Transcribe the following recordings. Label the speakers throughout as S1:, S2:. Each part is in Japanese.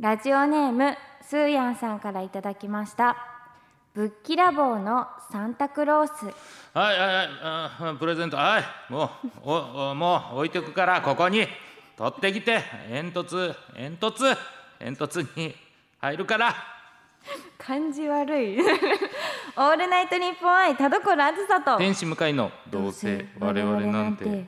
S1: ラジオネームスーヤンさんからいただきましたぶっきらぼうのサンタクロース
S2: はいはいはいあプレゼントはいもうおおもう置いてくからここに取ってきて煙突煙突煙突に入るから
S1: 感じ悪い オールナイトニッポン愛田所あずさと
S2: 天使向かいのどうせ我々なんて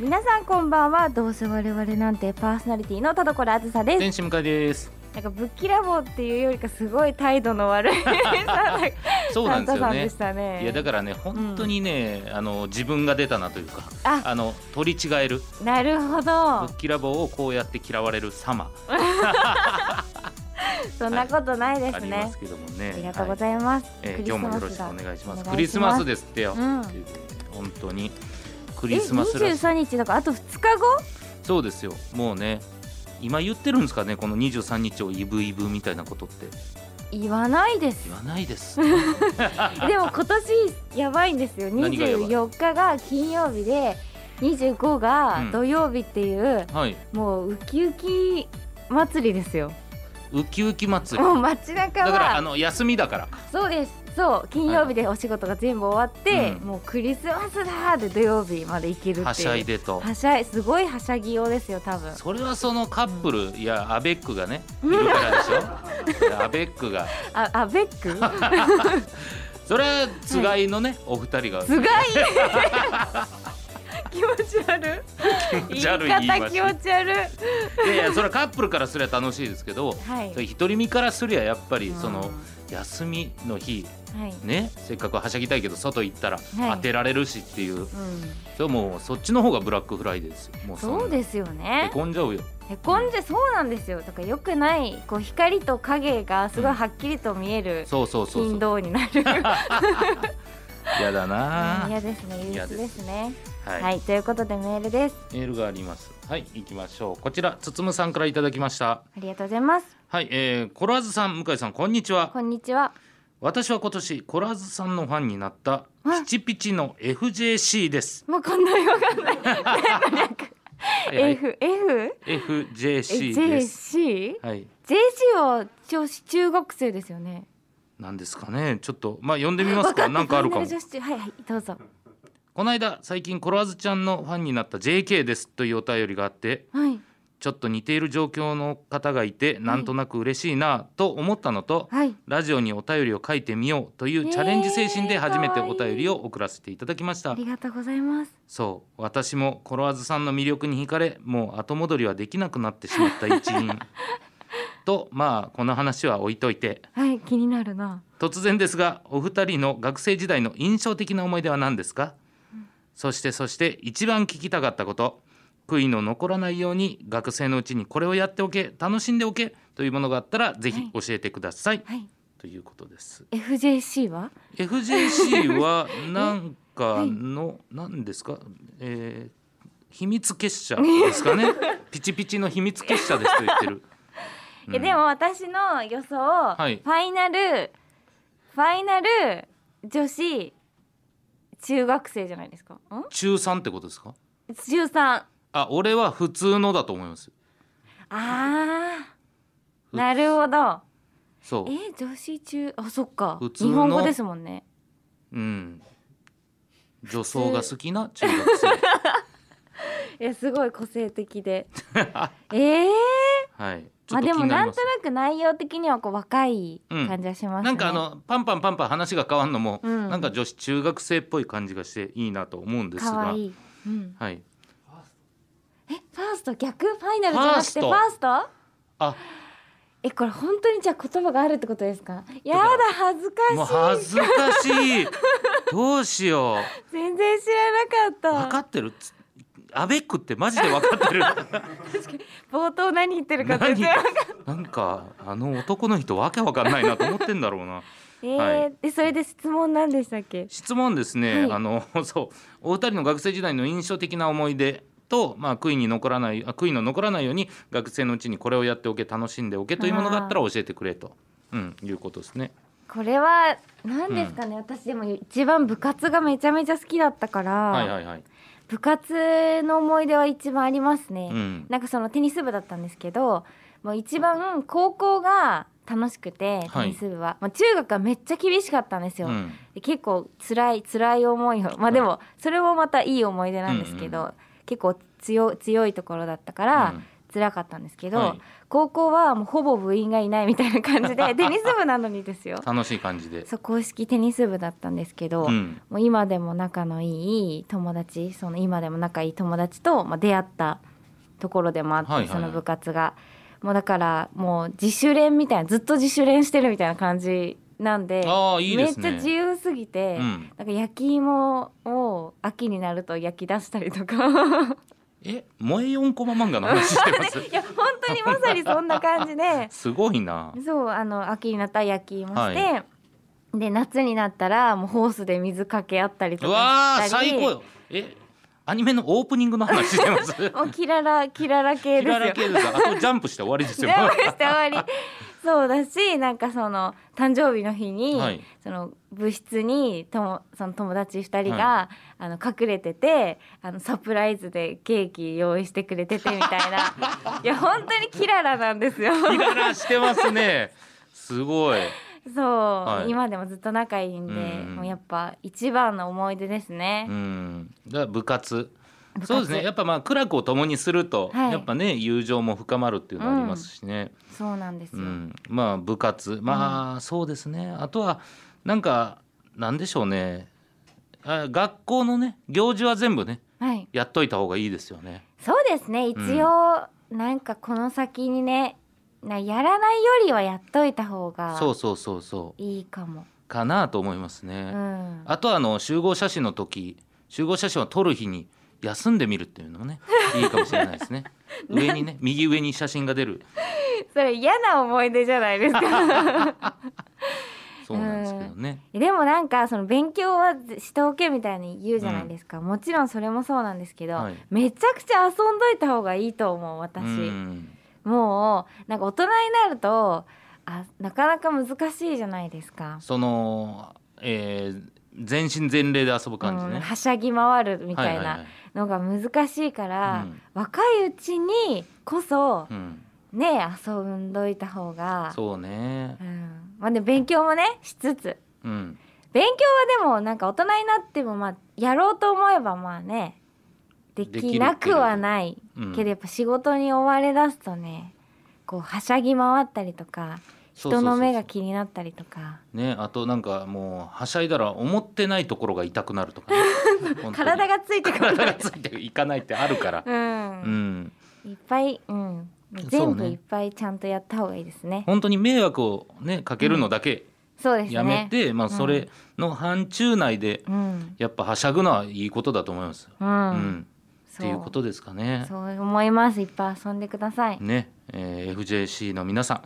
S1: 皆さんこんばんはどうせ我々なんてパーソナリティの田所あずさです
S2: 天使向かいです
S1: なんかぶっきらぼうっていうよりかすごい態度の悪い
S2: そうなんで
S1: サンタ
S2: すよ
S1: さんで
S2: ね
S1: したね
S2: いやだからね本当にね、あの自分が出たなというか
S1: あ
S2: あの取り違える
S1: なるほど
S2: ぶっきらぼうをこうやって嫌われる様
S1: そんなことないで
S2: あ
S1: す
S2: り
S1: ね、
S2: ますけどもね
S1: ありがとう
S2: は
S1: ご
S2: い
S1: ざいます、
S2: えー
S1: クリス
S2: 今日も
S1: マ
S2: よ
S1: ス
S2: ろしく
S1: だ
S2: お願いしま
S1: お願いし
S2: す。
S1: ます
S2: クリスマスですってよ。
S1: うん
S2: 本当にク
S1: え
S2: リスマスらしい。
S1: 23日だからあと2日後
S2: そうですよ。もうね、今言ってるんですかね、この23日をイブイブみたいなことって
S1: 言わない です
S2: 言わな いです。
S1: でも今年やばいんですよ
S2: 何がやばい
S1: 24日が金曜日で25
S2: う
S1: が
S2: ん
S1: 土曜日っていう、
S2: はい。
S1: もうウキウキ祭りですよ
S2: ウキウキ祭り。
S1: もう街中
S2: だからあ
S1: は
S2: の休みだから。
S1: そうですそう金曜日でお仕事が全部終わって、
S2: うん
S1: もうクリスマスだーで土曜日まで行けるっていう
S2: はしゃいでと。
S1: はしゃいすごいはしゃぎようですよ多分
S2: それはそのカップル、いやアベックがねいるからでし ょいやアベックが
S1: あアベック
S2: それはつがいのね、お二人が
S1: すごい気持ち悪い
S2: 気持ち悪い
S1: 言い
S2: 言
S1: 方
S2: い回し
S1: 気持ち悪い
S2: いやいやそれはカップルからすりゃ楽しいですけど、
S1: はい
S2: それ独り身からすりゃやっぱりその
S1: うん
S2: 休みの日
S1: はい、
S2: ねせっかくはしゃぎたいけど外行ったら
S1: はい
S2: 当てられるしっていう、
S1: うん、
S2: それもうそっちの方がブラックフライデーですよもう
S1: そうですよ
S2: へ
S1: ね
S2: こんじゃうよ
S1: へこんじゃそうなんですよだからよくないこう光と影がすごいはっきりと見える
S2: そうそうそうそ
S1: 金
S2: う
S1: 銅になる
S2: 嫌だな
S1: 嫌ですね憂
S2: 嫌
S1: 鬱
S2: です
S1: ですね
S2: はい、
S1: はいということでメールです
S2: メールがありますはい行きましょうこちらつつむさんからいただきました
S1: ありがとうございます
S2: はいえー、コラーズさん向井さんこんにちは
S1: こんにちは
S2: 私は今年コラーズさんのファンになった
S1: あ
S2: ピチピチの FJC です
S1: わかんないわかんない
S2: はいはい
S1: F F
S2: FJC で
S1: J
S2: す
S1: C
S2: はい
S1: J C は女子中学生ですよね
S2: なんですかねちょっとまあ呼んでみま
S1: わ
S2: す
S1: った
S2: かなんかあるかも
S1: ファイナル女子中はいはいどうぞ
S2: この間最近コロワズちゃんのファンになった JK ですというお便りがあって
S1: はい
S2: ちょっと似ている状況の方がいてなんとなく嬉しいなと思ったのと、
S1: はい
S2: ラジオにお便りを書いてみようというチャレンジ精神で初めてお便りを送らせていただきました、
S1: ありがとうございます
S2: そう私もコロワズさんの魅力に惹かれもう後戻りはできなくなってしまった一 員とまあこの話は置いといて
S1: はい気になるな
S2: 突然ですがお二人の学生時代の印象的な思い出は何ですか、そしてそして一番聞きたかったこと悔いの残らないように学生のうちにこれをやっておけ楽しんでおけというものがあったらぜひ教えてください、
S1: はい
S2: ということです。
S1: F J C は
S2: FJC はなんかの何ですか、えー秘密結社ですかねピチピチの秘密結社ですと言ってる。
S1: いやでも私の予想、
S2: い
S1: ファイナルファイナル女子中学生じゃないですかん
S2: 中3ってことですか
S1: 中3
S2: あ俺は普通のだと思います。
S1: あーなるほど
S2: そう
S1: え女子中あそっか
S2: 普通の
S1: 日本語ですもんね
S2: うん。女装が好きな中学生。
S1: いやすごい個性的で ええ
S2: はい。ちょ
S1: まあ
S2: っと
S1: で
S2: 気
S1: も
S2: にな
S1: なん
S2: りま
S1: と
S2: す。
S1: なく内容的にはこう若い
S2: うん
S1: 感じはしますね、
S2: なんかあのパンパンパンパン話が変わんのも、
S1: うん
S2: なんか女子中学生っぽい感じがしていいなと思うんですが。
S1: 可愛いうん、
S2: はい。
S1: えファースト逆ファイナルじゃなくて
S2: フ
S1: フ
S2: ァ
S1: ァ
S2: ー
S1: ースト
S2: あ、
S1: えこれ本当にじゃあ言葉があるってことですかやだ
S2: ら
S1: 恥ずか
S2: もう
S1: しい
S2: 恥ずかしい。どうしよ
S1: 全然知
S2: う。
S1: らな
S2: 分か
S1: かった
S2: ってる。つアベックってマジで分かってる。
S1: 冒頭何言ってるか全
S2: 何
S1: 然わかんない
S2: なんかあの男の人わけわかんないなと思ってんだろうな。
S1: えーでそれで質問なんでしたっけ
S2: 質問ですね、
S1: はい
S2: あの そうお二人の学生時代の印象的な思い出と、まあ、悔いに残らないあ悔いの残らないように学生のうちにこれをやっておけ楽しんでおけというものがあったら教えてくれと、うん、いうことですね。
S1: これは何ですかね、私でも一番部活がめちゃめちゃ好きだったから、
S2: はいはいはい。
S1: 部活の思い出は一番ありますね、
S2: うん。
S1: なんかそのテニス部だったんですけどもう一番高校が楽しくて
S2: は
S1: テ
S2: い
S1: ニス部は、まあ、中学はめっちゃ厳しかったんですよ、
S2: うん
S1: で結構辛い辛い思いをまあでもそれもまたいい思い出なんですけど、
S2: うんう
S1: 結構強強いところだったから辛かったんですけど、
S2: はい
S1: 高校はもうほぼ部員がいないみたいな感じ でテニス部なのにですよ
S2: 楽しい感じで。
S1: そう公式テニス部だったんですけど、
S2: うん。
S1: もう今でも仲のいい友達その今でも仲いい友達と、まあ、出会ったところでもあって、
S2: はいはいはい
S1: その部活がもうだからもう自主練みたいなずっと自主練してるみたいな感じなんで
S2: ああいいですね
S1: めっちゃ自由すぎて、
S2: うん。
S1: なんか焼き芋を秋になると焼き出したりとか
S2: え、萌え四コマ漫画の話してます。
S1: いや本当にまさにそんな感じで
S2: すごいな。
S1: そうあの秋になったら焼き芋して、
S2: は
S1: で夏になったらもうホースで水かけ合ったりと
S2: う
S1: か
S2: わあ
S1: したり
S2: 最高よ。え、アニメのオープニングの話し てます。
S1: もうキララキララ系
S2: キ
S1: です
S2: ララ
S1: よ。
S2: 系ですあとジャンプして終わ りですよ。
S1: 全部して終わり。そうだし、なんかその誕生日の日に、
S2: はい
S1: その部室にともその友達二人が、
S2: は
S1: あの隠れてて、あのサプライズでケーキ用意してくれててみたい な。いや本当にキララなんですよ。
S2: キララしてますね。すごい。
S1: そう、
S2: い
S1: 今でもずっと仲いいんで、
S2: うん
S1: もうやっぱ一番の思い出ですね
S2: う。ん。だから部活。
S1: 部活
S2: そうですね。やっぱまあ苦楽を共にすると、
S1: はい
S2: やっぱね友情も深まるっていうのはありますしね。
S1: そうなんです
S2: う
S1: よ。
S2: ん。まあ部活。まあ、そうですね。あとはなんかなんでしょうね。あ学校のね行事は全部ね
S1: はい。
S2: やっといた方がいいですよね。
S1: そうですね一応、なんかこの先にねなやらないよりはやっといた方が
S2: そうそうそうそ
S1: いいかも、
S2: うかなと思いますね。
S1: うん、
S2: あとはあの集合写真の時集合写真を撮る日に休んでみるっていうのもねいいかもしれない ですね上にね右上に写真が出る
S1: それ嫌な思い出じゃないです か
S2: そうなんですけどね、
S1: でもなんかその勉強はしておけみたいに言うじゃないですか、もちろんそれもそうなんですけど、
S2: はい
S1: めちゃくちゃ遊んどいた方がいいと思う
S2: う
S1: 私、
S2: ん、
S1: もうなんか大人になるとあなかなか難しいじゃないですか、
S2: その、えー全身全霊で遊ぶ感じ
S1: うん
S2: ね、
S1: はしゃぎ回るみたい
S2: はは
S1: なの
S2: は
S1: が難しいから、
S2: うん
S1: 若いうちにこそ
S2: うん、
S1: ね遊んどいた方がう、
S2: そうね、
S1: ん、まあでも勉強もねしつつ
S2: うん、
S1: 勉強はでもなんか大人になってもまあやろうと思えばまあねで
S2: でき
S1: き
S2: る
S1: なくはないけ
S2: う
S1: ど,、
S2: ん
S1: やっぱ仕事に追われだすとねこうはしゃぎ回ったりとか
S2: そうそうそう
S1: 人
S2: そう
S1: の目が気になったりとか
S2: ねあとなんかもうはしゃいだら思ってないところが痛くなるとか、ね、本当 に
S1: 体がついてくる
S2: 体がついていかないってあるから、
S1: う、
S2: うんん、
S1: いっぱい、うん、
S2: そう
S1: 全部
S2: ね
S1: いっぱいちゃんとやった方がいいですね
S2: 本当に迷惑をねかけるのだけ
S1: そうですね
S2: やめて、まあ、
S1: うん
S2: それの範疇内で
S1: うん
S2: やっぱはしゃぐのはいいことだと思います。
S1: う、
S2: うんんっ
S1: そ
S2: ていうことですかね。
S1: そう思います。いっぱい遊んでください。
S2: ね、えー FJC の皆さ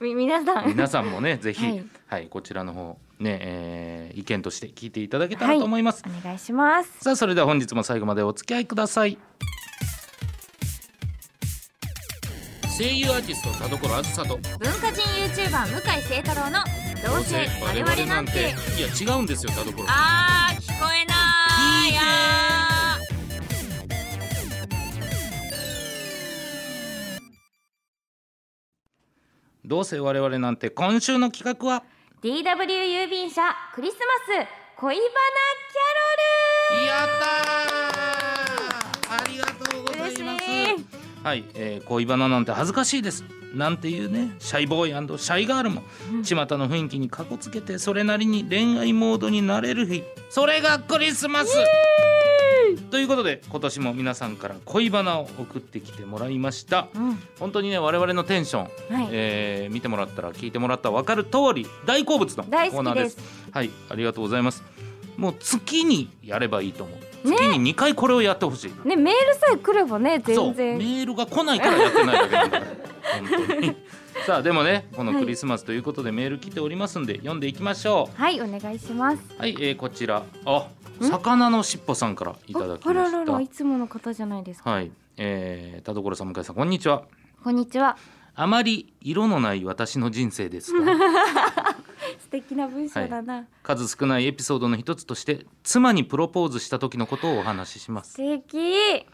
S1: み皆さ
S2: ん
S1: ん。
S2: 皆さんもねぜひ、は
S1: はいい
S2: こちらの方、ねえー意見として聞いていただけたらと思います。
S1: お願いします。
S2: さあそれでは本日も最後までお付き合いください声優アーティスト田所あずさと
S1: 文化人ユーチューバー向井聖太郎のど
S2: いや違うんですよ田所
S1: あー聞こえないや
S2: どうせ我々なんて今週の企画は
S1: DW 郵便車クリスマス恋バナ
S2: やったーありがとうご
S1: キャロ
S2: ざい
S1: ル。
S2: ます
S1: 嬉しい。
S2: はい、えー恋バナなんて恥ずかしいですなんていうねシャイボーイシャイガールも巷の雰囲気にかこつけてそれなりに恋愛モードになれる日それがクリスマスということで今年も皆さんから恋バナを送ってきてもらいました
S1: うん。
S2: 本当にね我々のテンション、
S1: はい
S2: えー見てもらったら聞いてもらったら分かる通り大好物のコ
S1: 大好き
S2: ーナーですはいありがとうございますもう月にやればいいと思う月に2回これをやってほしい、
S1: ねメールさえ来ればね
S2: そう
S1: 全
S2: メ
S1: 然。
S2: ールが来ないからやってないだけなんだから本 当にさあでもねこのクリスマスということでメール来ておりますんで読んでいきましょ
S1: はいお願いします。
S2: うはい、えーこちらあ魚のしっぽさんからいただき
S1: あ
S2: ま
S1: らららい
S2: し
S1: つもの方じゃないですか。
S2: たはい、えー、田所さん向井さんこんにちは
S1: こんにちは。
S2: あまり色のない私の人生ですが
S1: 素敵な文章だな、
S2: 数少ないエピソードの一つとして妻にプロポーズした時のことをお話しします
S1: 素敵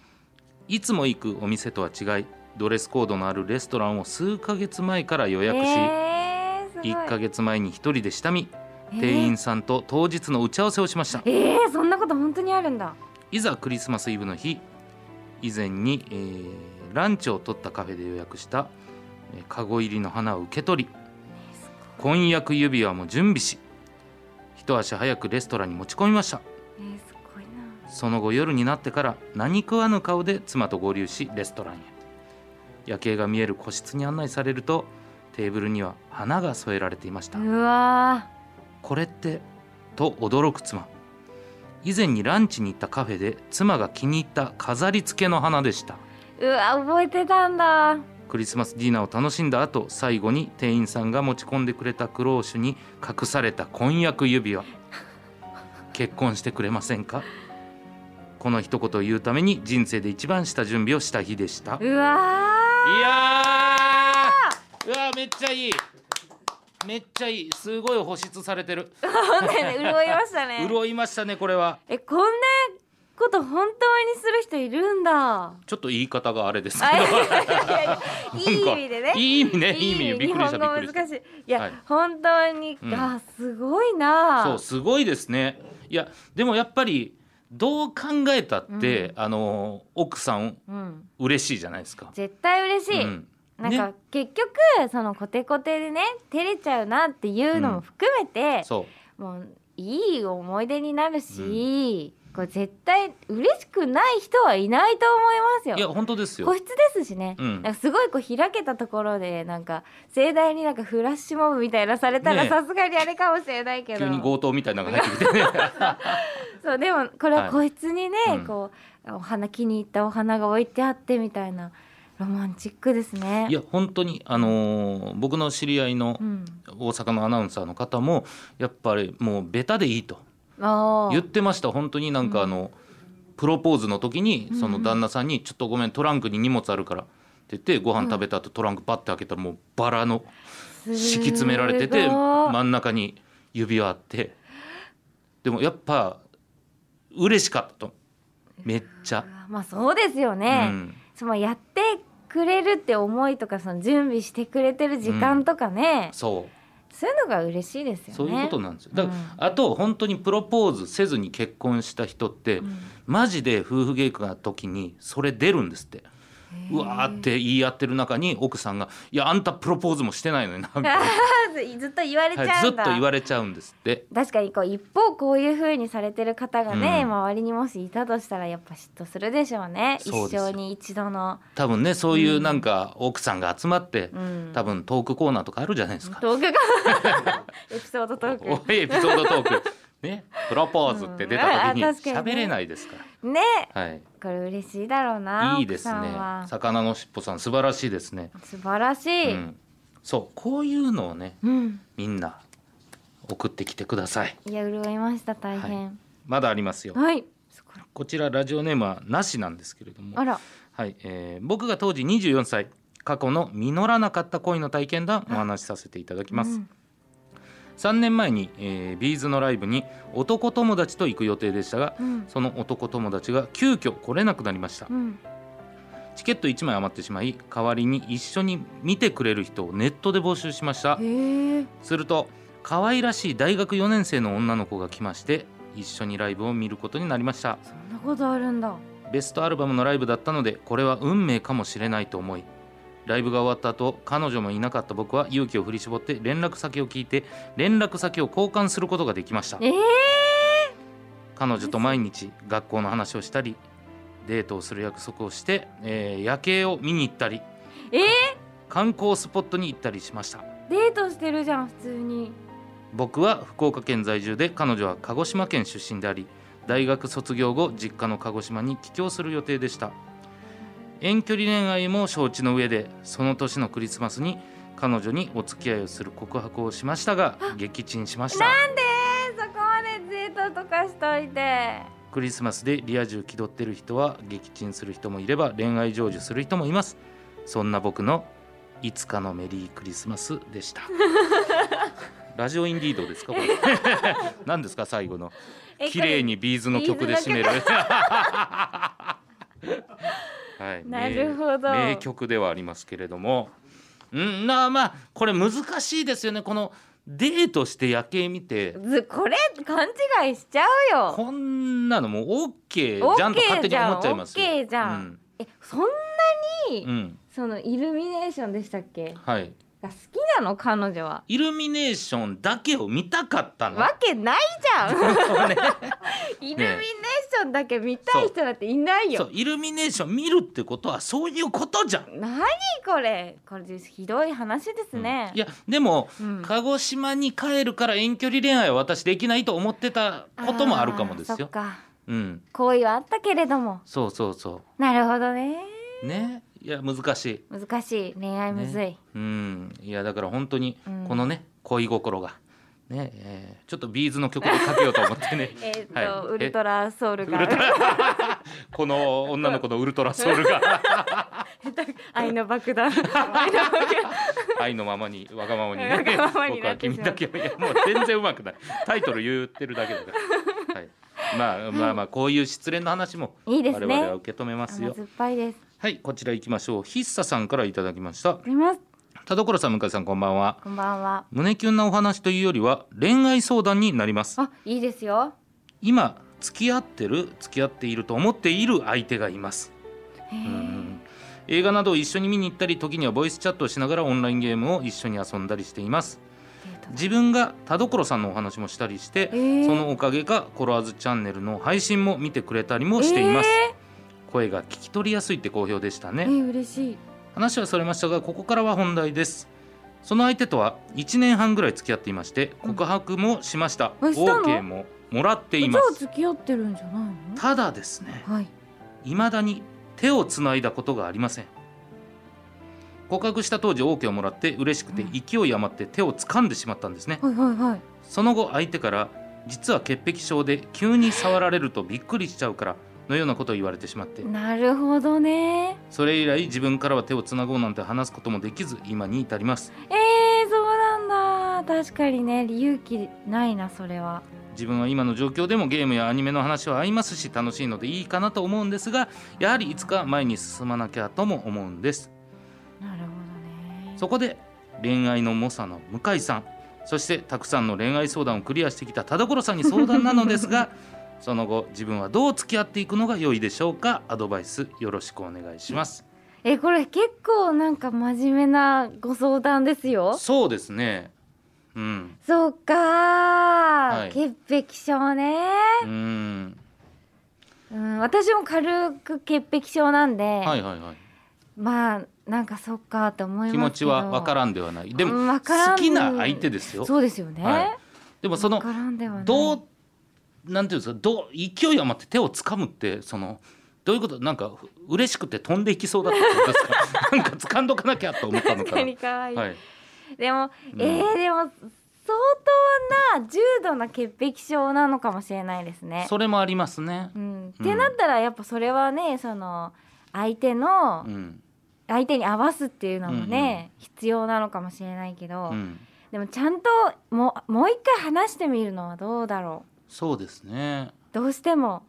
S2: いつも行くお店とは違いドレスコードのあるレストランを数ヶ月前から予約し、
S1: えー、すごい
S2: 1ヶ月前に一人で下見
S1: えー
S2: 店員さんと当日の打ち合わせをしました
S1: えー、そんなこと本当にあるんだ
S2: いざクリスマスイブの日以前に、えーランチを取ったカフェで予約した、えー、カゴ入りの花を受け取り婚約指輪も準備し一足早くレストランに持ち込みました
S1: えー、すごいな
S2: その後夜になってから何食わぬ顔で妻と合流しレストランへ夜景が見える個室に案内されるとテーブルには花が添えられていました
S1: うわ
S2: これってと驚く妻以前にランチに行ったカフェで妻が気に入った飾り付けの花でした
S1: ーうわ覚えてたんだ
S2: クリスマスディナーを楽しんだ後最後に店員さんが持ち込んでくれたクローシュに隠された婚約指輪結婚してくれませんかこの一言を言うために人生で一番した準備をした日でしたいや
S1: うわ
S2: ーうわめっちゃいいめっちゃいいすごい保湿されてる
S1: ー本当にね潤いましたね
S2: 潤いましたねこれは
S1: えこんなこと本当にする人いるんだ
S2: ちょっと言い方があれですけ
S1: あいやい
S2: ど
S1: やいやいい意味でね
S2: いい意味ねいい意味よびっくりした
S1: 日本語
S2: びっくり
S1: 難しいいや、
S2: はい
S1: 本当に、
S2: うん
S1: あすごいな
S2: そうすごいですねいやでもやっぱりどう考えたって、あの奥さん
S1: うん、
S2: 嬉しいじゃないですか。
S1: 絶対嬉しい、
S2: うん
S1: なん
S2: ね
S1: か、結局そのコテコテでね照れちゃうなっていうのも含めて、
S2: そ
S1: もういい思い出になるし、これ絶対嬉しくない人はいないと思いますよ
S2: ういや本当です
S1: 個
S2: よ。
S1: 室ですしね、
S2: うん
S1: なんかすごいこう開けたところでなんか盛大になんかフラッシュモブみたいなされたら
S2: ねえ
S1: さすがにあれかもしれないけど
S2: 急に強盗みたいなのが入ってきて ね。
S1: そうでもこれは
S2: はい
S1: 個室にね、
S2: うん
S1: こうお花気に入ったお花が置いてあってみたいなロマンチックですね。
S2: いや本当にあのー僕の知り合いの
S1: うん、
S2: 大阪のアナウンサーの方もやっぱりもうベタでいいと
S1: あ
S2: 言ってました本当になんかあの、プロポーズの時にその旦那さんに「ちょっとごめんトランクに荷物あるから」って言ってご飯食べた後トランクパッて開けたらもうバラの
S1: あ
S2: 敷き詰められてて真
S1: ま、
S2: ん中に指輪あってでもやっぱ嬉しかったとめっちゃ、
S1: まあそうですよね。
S2: うん
S1: そのやってくれるって思いとかその準備してくれてる時間とかね、
S2: そう
S1: そういうのが嬉しいですよね。
S2: そういうことなんですよだから、
S1: うん
S2: あと本当にプロポーズせずに結婚した人って、
S1: ん
S2: マジで夫婦喧嘩の時にそれ出るんですって。うわーって言い合ってる中に奥さんが「いやあんたプロポーズもしてないのにな」みたい
S1: ずずっと言われち
S2: な、はい、
S1: ゃ
S2: ず
S1: う
S2: っ
S1: ん
S2: と
S1: だ。
S2: 言われちゃうんですって。
S1: 確かにこう一方こういう風にされてる方がね、
S2: うん
S1: 周りにもしいたとしたらやっぱ嫉妬するでしょうね
S2: そう
S1: 一
S2: ですよ
S1: 生に一度の、
S2: 多分ねそういうなんか奥さんが集まって、
S1: うん、
S2: 多分トークコーナーとかあるじゃないですか。
S1: トークが エピソードトー
S2: おエピソードトークねプロポーズって出た時に
S1: うんあ確かにね
S2: 喋れないですか
S1: クね
S2: ら、はい、
S1: これ嬉しいだろうない
S2: いですね
S1: 奥さんは
S2: 魚のしっぽさん素晴らしいですね、
S1: 素晴らし
S2: う
S1: い、うん
S2: ん、そうこういうのをねみんな送ってきてください
S1: いや潤いました大変
S2: まだありますよ
S1: はい、すごい
S2: こちらラジオネームはなしなんですけれども
S1: あら
S2: はい、えー僕が当時24歳過去の実らなかった恋の体験談お話しさせていただきます、
S1: うん
S2: 3年前に、えービーズのライブに男友達と行く予定でしたが
S1: うん
S2: その男友達が急遽来れなくなりました
S1: うん
S2: チケット1枚余ってしまい代わりに一緒に見てくれる人をネットで募集しました
S1: へえ
S2: すると可愛らしい大学4年生の女の子が来まして一緒にライブを見ることになりました
S1: そんなことあるんだ
S2: ベストアルバムのライブだったのでこれは運命かもしれないと思いライブが終わった後彼女もいなかった僕は勇気を振り絞って連絡先を聞いて連絡先を交換することができました
S1: ええ
S2: 彼女と毎日学校の話をしたりデートをする約束をして、えー夜景を見に行ったり
S1: ええ
S2: 観光スポットに行ったりしました
S1: デートしてるじゃん普通に
S2: 僕は福岡県在住で彼女は鹿児島県出身であり大学卒業後実家の鹿児島に帰郷する予定でした遠距離恋愛も承知の上でその年のクリスマスに彼女にお付き合いをする告白をしましたが撃沈しました
S1: なんでそこまでデートとかしといて
S2: クリスマスでリア充気取ってる人は撃沈する人もいれば恋愛成就する人もいますそんな僕のいつかのメリークリスマスでしたラジオインディードですかこれ 何ですか最後の
S1: え
S2: 綺麗にビーズの曲で締めるはい、名
S1: なるほど
S2: 名曲ではありますけれどもうんなあまあこれ難しいですよねこのデートして夜景見て
S1: これずこれ勘違いしちゃうよ
S2: こんなのもう OK じゃんと勝手に思っちゃいますよ
S1: OK じゃん OK じゃんえそんな
S2: うん、うん、
S1: そのイルミネーションでしたっけ
S2: はい
S1: が好きなの彼女は
S2: イルミネーションだけを見たかったの
S1: わけないじゃん
S2: そうね
S1: イルミネーションだけ見たい人なんていない
S2: そう
S1: よ
S2: イルミネーション見るってことはそういうことじゃん。
S1: 何これこれひどい話ですね、
S2: いやでも、
S1: うん
S2: 鹿児島に帰るから遠距離恋愛は私できないと思ってたこともあるかもです
S1: あーそ
S2: よ
S1: っ。か
S2: うん、
S1: 行為はあったけれども
S2: そうそうそ
S1: なるほどね
S2: う。ね、いや難しい。
S1: 難しい恋愛むずい、
S2: ねうん、いやだから本当に
S1: うん。
S2: このね、恋心がね、えーちょっとビーズの曲でかけようと思ってね
S1: えーっと、
S2: はい
S1: ウルトラソウル
S2: ウ
S1: が
S2: ルトラこの女の子のウルトラソウ ルが
S1: 愛の爆弾愛の爆弾
S2: 愛のままにわがままに
S1: わ
S2: ね
S1: がままに
S2: 僕
S1: な
S2: は
S1: って
S2: 君
S1: しま
S2: だ
S1: う
S2: けをいやもう全然うまくないタイトル言ってるだけだ から、はい、まあまあまあこういう失恋の話も
S1: いいです
S2: 我
S1: ね
S2: 々は受け止めます
S1: 甘
S2: よ
S1: 酸っぱいです
S2: はいこちら行きましょう筆査さんからいただきました
S1: あります
S2: 田所さん向井さんこんばんは
S1: こんばんは
S2: 胸キュンなお話というよりは恋愛相談になります
S1: あいいですよ
S2: 今付き合ってる付き合っていると思っている相手がいます
S1: へー
S2: うん映画などを一緒に見に行ったり時にはボイスチャットをしながらオンラインゲームを一緒に遊んだりしています
S1: デートだ
S2: 自分が田所さんのお話もしたりして、
S1: えー
S2: そのおかげかコロワーズチャンネルの配信も見てくれたりもしています、
S1: え
S2: 声が聞き取りやすいって好評でしたね、
S1: ーえー嬉しい
S2: 話はそれましたがここからは本題ですその相手とは1年半ぐらい付き合っていまして告白もしました、
S1: うんえしたの
S2: OK ももらってい
S1: じ
S2: ま
S1: ゃあ
S2: す
S1: 付き合ってるんじゃない
S2: ただですね
S1: のはい
S2: 未だに手をつないだことがありません告白した当時 OK をもらって嬉しくて
S1: うん
S2: 勢い余って手を掴んでしまったんですね、
S1: はいはいはい
S2: その後相手から実は潔癖症で急に触られるとびっくりしちゃうからのようなことを言われてしまって
S1: なるほどね
S2: それ以来自分からは手をつなごうなんて話すこともできず今に至ります
S1: えー、そうなんだ確かにね勇気ないなそれは
S2: 自分は今の状況でもゲームやアニメの話は合いますし楽しいのでいいかなと思うんですがやはりいつか前に進まなきゃとも思うんです
S1: なるほどね
S2: そこで恋愛の猛者の向井さんそしてたくさんの恋愛相談をクリアしてきた田所さんに相談なので すがその後自分はどう付き合っていくのが良いでしょうかアドバイスよろしくお願いします
S1: えこれ結構なんか真面目なご相談ですよ
S2: そうですねうん
S1: そうかー、
S2: はい
S1: 潔癖症ね、
S2: うん
S1: うん、私も軽く潔癖症なんで、
S2: はいはいはい
S1: まあなんかそっかと思います
S2: 気
S1: けど
S2: 持ちは分からんではないで
S1: うん
S2: も
S1: わからん
S2: 好きな相手ですよ
S1: そうですよね、
S2: はいでもそ
S1: わ
S2: の
S1: からんではない
S2: どうなんていうんですかどう勢い余って手を掴むってそのどういうことなんかふ嬉しくて飛んでいきそうだったってことですか なんか掴んどかなきゃと思ったの
S1: 確
S2: かな
S1: かに可愛い、
S2: はい、
S1: でも、
S2: うん
S1: えー、でも相当な重度な潔癖症なのかもしれないですね。
S2: それもありますね
S1: う、ん、ってなったらやっぱそれはねその相手の、
S2: うん
S1: 相手に合わすっていうのもね、必要なのかもしれないけど、
S2: うん、
S1: でもちゃんともうもう一回話してみるのはどうだろ
S2: そうですね
S1: うどうしても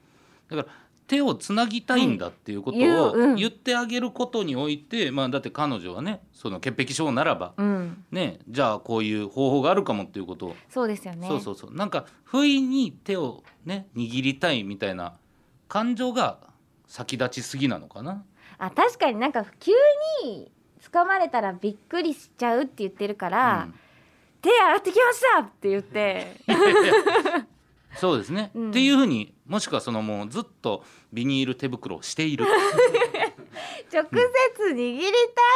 S2: だから手をつなぎたいんだっていうこと
S1: はい言うう
S2: を
S1: ん
S2: 言ってあげることにおいて、まあ、だって彼女はねその潔癖症ならば、
S1: うん
S2: ね、じゃあこういう方法があるかもっていうことを
S1: そうですよね。
S2: そうそうそうなんか不意に手をね握りたいみたいな感情が先立ちすぎなのかな
S1: あ確かになんか急に掴まれたらびっくりしちゃうって言ってるから、
S2: うん
S1: 手洗ってきましたって言って。
S2: そうですね、
S1: うん
S2: っていうふうにもしくはそのもうずっとビニール手袋をしている
S1: 直接握り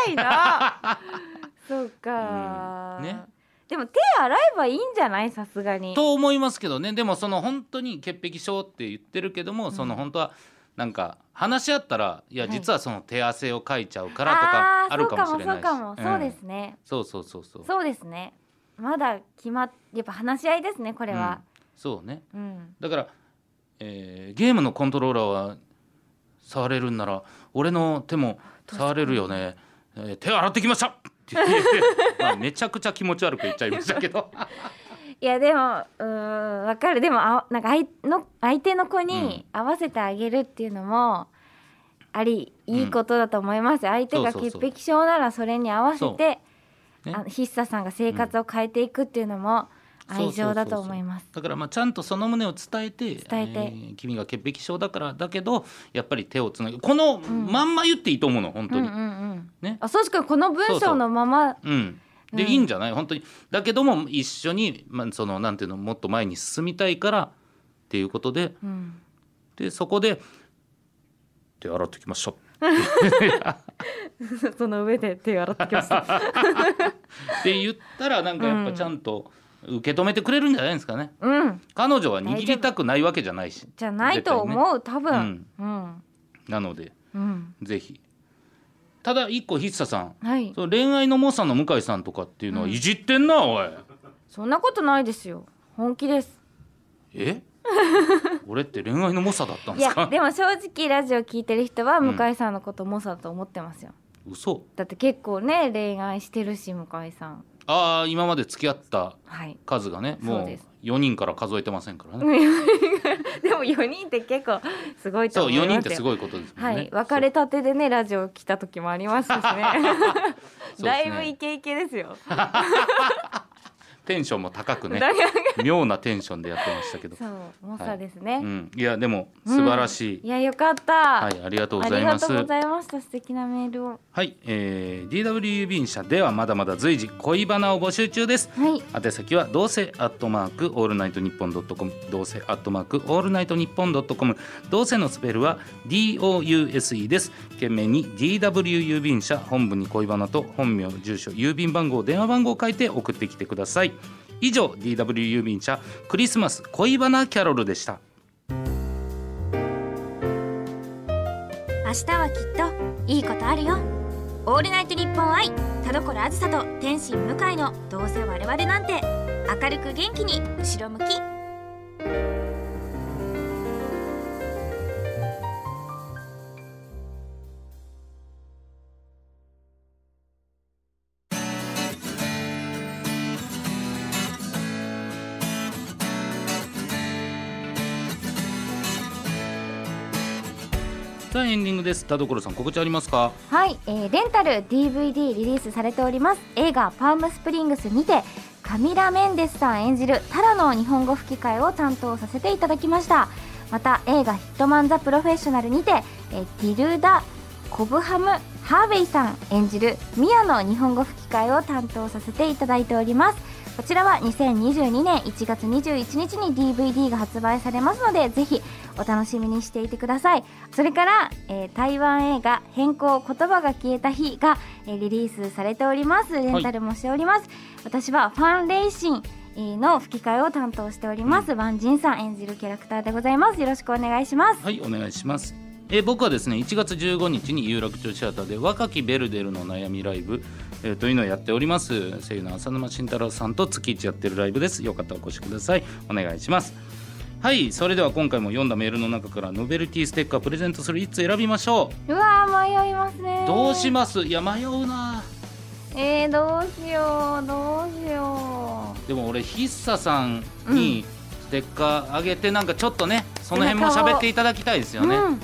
S1: たいのそうか、
S2: うんね
S1: でも手洗えばいいんじゃないさすがに
S2: と思いますけどねでもその本当に潔癖症って言ってるけども、その本当はなんか話し合ったらいや
S1: はい
S2: 実はその手汗をかいちゃうからと
S1: あ
S2: か
S1: ー
S2: あるかもしれない
S1: そ
S2: し、
S1: うかもそうかも、
S2: ん
S1: そうですね
S2: そうそうそうそう
S1: そうですねまだ決まっやっぱ話し合いですねこれは
S2: うんそうね
S1: うん、
S2: だから、えーゲームのコントローラーは触れるんなら俺の手も触れるよね、えー手洗ってきましたって言ってまあめちゃくちゃ気持ち悪く言っちゃいましたけど
S1: いやでもうーんわかるでもあなんか相の相手の子に合わせてあげるっていうのもあり、いいことだと思います、相手が
S2: そうそ
S1: 潔
S2: うそう
S1: 癖症ならそれに合わせ
S2: そう
S1: て
S2: ね
S1: あの筆者さんが生活を変えていくっていうのも 愛情だと思います。
S2: そうそうそうそうだからまあちゃんとその旨を伝えて
S1: 伝えて
S2: ー君が潔癖症だからだけどやっぱり手をつなぐこのまんま言っていいと思うの本当
S1: うんう
S2: に、
S1: んうん
S2: ね
S1: あそうしかこの文章のまま
S2: うん、で、
S1: うん
S2: いいんじゃない本当にだけども一緒に、まあ、そのなんていうのもっと前に進みたいからっていうことで
S1: うん
S2: でそこで「手洗ってきましょ
S1: その上で手を洗ってきました。
S2: う」って言ったらなんかやっぱちゃんと受け止めてくれるんじゃないですかね。
S1: うん、
S2: 彼女は握りたくないわけじゃないし
S1: じゃないと
S2: 絶対ね
S1: 思う、多分、うん、
S2: なので
S1: うん、
S2: ぜひただ一個筆者さん
S1: はい、
S2: その恋愛の猛者の向井さんとかっていうのはいじってんな、おい
S1: そんなことないですよ。本気です。
S2: え 俺って恋愛の猛者だったん
S1: い
S2: です
S1: や
S2: か
S1: でも正直ラジオ聞いてる人は
S2: うん
S1: 向井さんのこと猛者だと思ってますよ、
S2: 嘘
S1: だって結構ね恋愛してるし向井さん
S2: ああ今まで付き合った
S1: はい
S2: 数がね
S1: そ
S2: も
S1: う
S2: う
S1: です
S2: 4人から数えてませんからね、
S1: でも4人って結構すごいと
S2: そう
S1: 思います
S2: 4
S1: よ
S2: 人ってすごいことですもんね、
S1: はい別れたてでねラジオ来た時もありますし ね
S2: すね
S1: だいぶイケイケですよ
S2: そうテンションも高くね
S1: だいぶ
S2: 妙なテンションでやってましたけど、
S1: そう猛者ですね、
S2: うん、いやでも素晴らしい、
S1: いやよかった、
S2: はいありがとうご
S1: あ
S2: ざ
S1: り
S2: い
S1: が
S2: ま
S1: と
S2: す
S1: うございました素敵なメールを
S2: はい、えー、DW 郵便社ではまだまだ随時恋バナを募集中です
S1: はい
S2: 宛先はどうせアットマークオールナイトニッポンドットコムどうせアットマークオールナイトニッポンドットコムどうせのスペルは DOUSE です懸命に DW 郵便社本部に恋バナと本名住所郵便番号電話番号を書いて送ってきてください以上 DW 郵便社クリスマス恋バナキャロルでした
S3: 明日はきっといいことあるよオールナイトニッポン愛田所あずさと天心向井のどうせ我々なんて明るく元気に後ろ向き
S2: さあエンディングです田所さん告知ありますか
S1: はい、えーレンタル DVD リリースされております映画「パームスプリングス」にてカミラ・メンデスさん演じるタラの日本語吹き替えを担当させていただきましたまた映画「ヒットマン・ザ・プロフェッショナル」にて、えーティルダ・コブハム・ハーベイさん演じるミアの日本語吹き替えを担当させていただいておりますこちらは2022年1月21日に DVD が発売されますのでぜひお楽しみにしていてくださいそれから、えー台湾映画「変更言葉が消えた日が」えーリリースされておりますレンタルもしております、私はファンレイシンえーの吹き替えを担当しております万人さん演じるキャラクターでございますよろしくお願いします
S2: はいお願いしますえー僕はですね1月15日に有楽町シアターで若きベルデルの悩みライブ、えーというのをやっております声優の浅沼慎太郎さんと月一やってるライブですよかったらお越しくださいお願いしますはいそれでは今回も読んだメールの中からノベルティステッカープレゼントする1つ選びましょ
S1: うわー迷います
S2: う
S1: ね
S2: どうしますいや迷うな
S1: えー、どうしようどうしよう
S2: でも俺筆者さんにステッカーあげてなんかちょっとねその辺も喋っていただきたいですよね
S1: うん、
S2: うん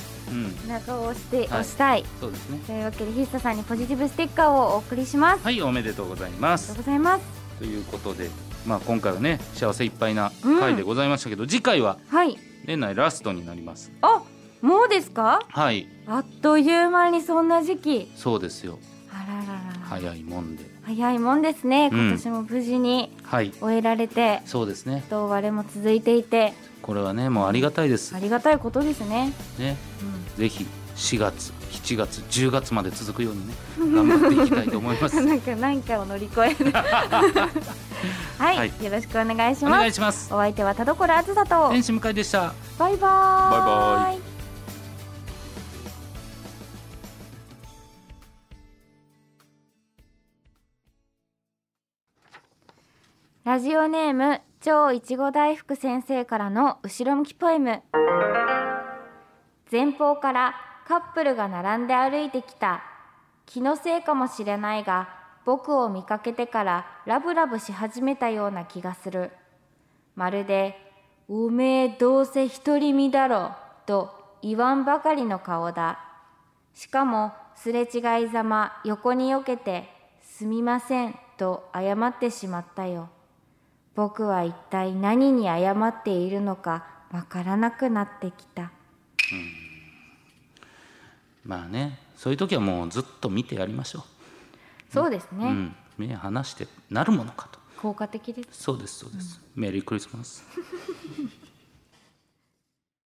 S1: 背中を押して、
S2: はい
S1: 押したい
S2: そうですね
S1: というわけでヒスタさんにポジティブステッカーをお送りしますあ
S2: はいおめでとうございま
S1: り
S2: す
S1: がとうございます
S2: ということで、まあ、今回はね幸せいっぱいな回でございましたけど、次回は
S1: はい
S2: 年内ラストになります
S1: あもうですか
S2: はい
S1: あっという間にそんな時期
S2: そうですよ
S1: あらららら、
S2: 早いもんで
S1: 早いもんですね
S2: うん
S1: 今年も無事に
S2: はい
S1: 終えられて、
S2: そうですね
S1: と我々も続いていて
S2: これはねもうありがたいです
S1: ありがたいことですね、
S2: ね
S1: うん、
S2: ぜひ4月7月10月まで続くようにね頑張っていきたいと思います
S1: なんか何かを乗り越え るはい、
S2: はい
S1: よろしくお願いし
S2: お
S1: ます
S2: 願いします
S1: お相手は田所あずさと
S2: 天使向井でした
S1: バイバーイ
S2: バイバ
S1: ラジオネーム超いちご大福先生からの後ろ向きポエム前方からカップルが並んで歩いてきた気のせいかもしれないが僕を見かけてからラブラブし始めたような気がする
S3: まるで「おめえどうせ独り身だろ」と言わんばかりの顔だしかもすれ違いざま横によけて「すみません」と謝ってしまったよ僕は一体何に謝っているのかわからなくなってきた
S2: まあねそういう時はもうずっと見てやりましょ
S3: そうです
S2: う、
S3: ね、
S2: うん、目離してなるものかと
S3: 効果的です
S2: そうですそうです、メリークリスマス